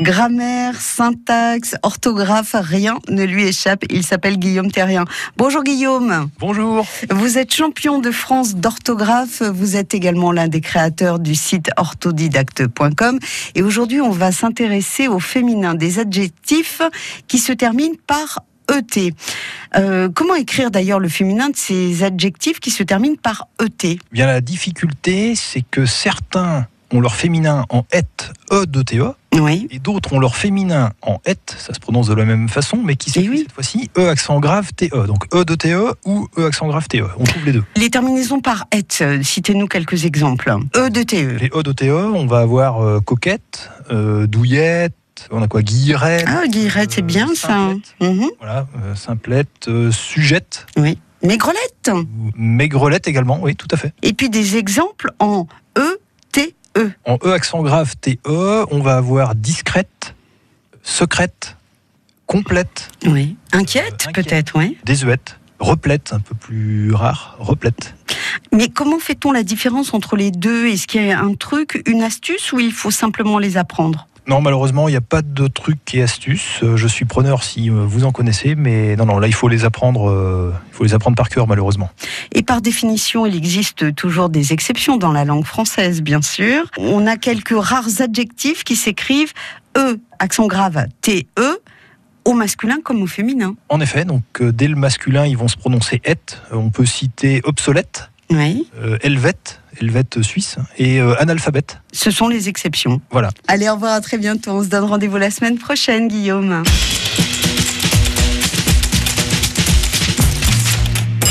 Grammaire, syntaxe, orthographe, rien ne lui échappe. Il s'appelle Guillaume Terrien. Bonjour Guillaume. Bonjour. Vous êtes champion de France d'orthographe. Vous êtes également l'un des créateurs du site orthodidacte.com. Et aujourd'hui, on va s'intéresser au féminin des adjectifs qui se terminent par ET. Euh, comment écrire d'ailleurs le féminin de ces adjectifs qui se terminent par E ET Bien la difficulté, c'est que certains ont leur féminin en et e de te Oui. et d'autres ont leur féminin en et, ça se prononce de la même façon, mais qui s'écrit Eh oui. cette fois-ci e accent grave te, donc e de te ou e accent grave te. On trouve les deux. Les terminaisons par et, euh, citez-nous quelques exemples. E de TE. Les e de te, on va avoir euh, coquette, euh, douillette, on a quoi guillerette. Ah, guillerette, c'est euh, bien ça. simplette, Mhm. Voilà, euh, simplette, euh, sujette, Maigrelette. ou maigrelette également, oui, tout à fait. Et puis des exemples en E, T, E. En E accent grave TE, on va avoir discrète, secrète, complète, Oui. Inquiète, Euh, inquiète. peut-être, oui. désuète, replète, un peu plus rare, replète. Mais comment fait-on la différence entre les deux Est-ce qu'il y a un truc, une astuce, ou il faut simplement les apprendre Non, malheureusement, il n'y a pas de trucs et astuces. Euh, Je suis preneur si euh, vous en connaissez, mais non, non, là, il faut les apprendre, euh, il faut les apprendre par cœur, malheureusement. Et par définition, il existe toujours des exceptions dans la langue française, bien sûr. On a quelques rares adjectifs qui s'écrivent E, accent grave, T, E, au masculin comme au féminin. En effet, donc euh, dès le masculin, ils vont se prononcer et. Euh, On peut citer obsolète, Oui. euh, helvète, helvète suisse, et euh, analphabète. Ce sont les exceptions. Voilà. Allez, au revoir, à très bientôt. On se donne rendez-vous la semaine prochaine, Guillaume.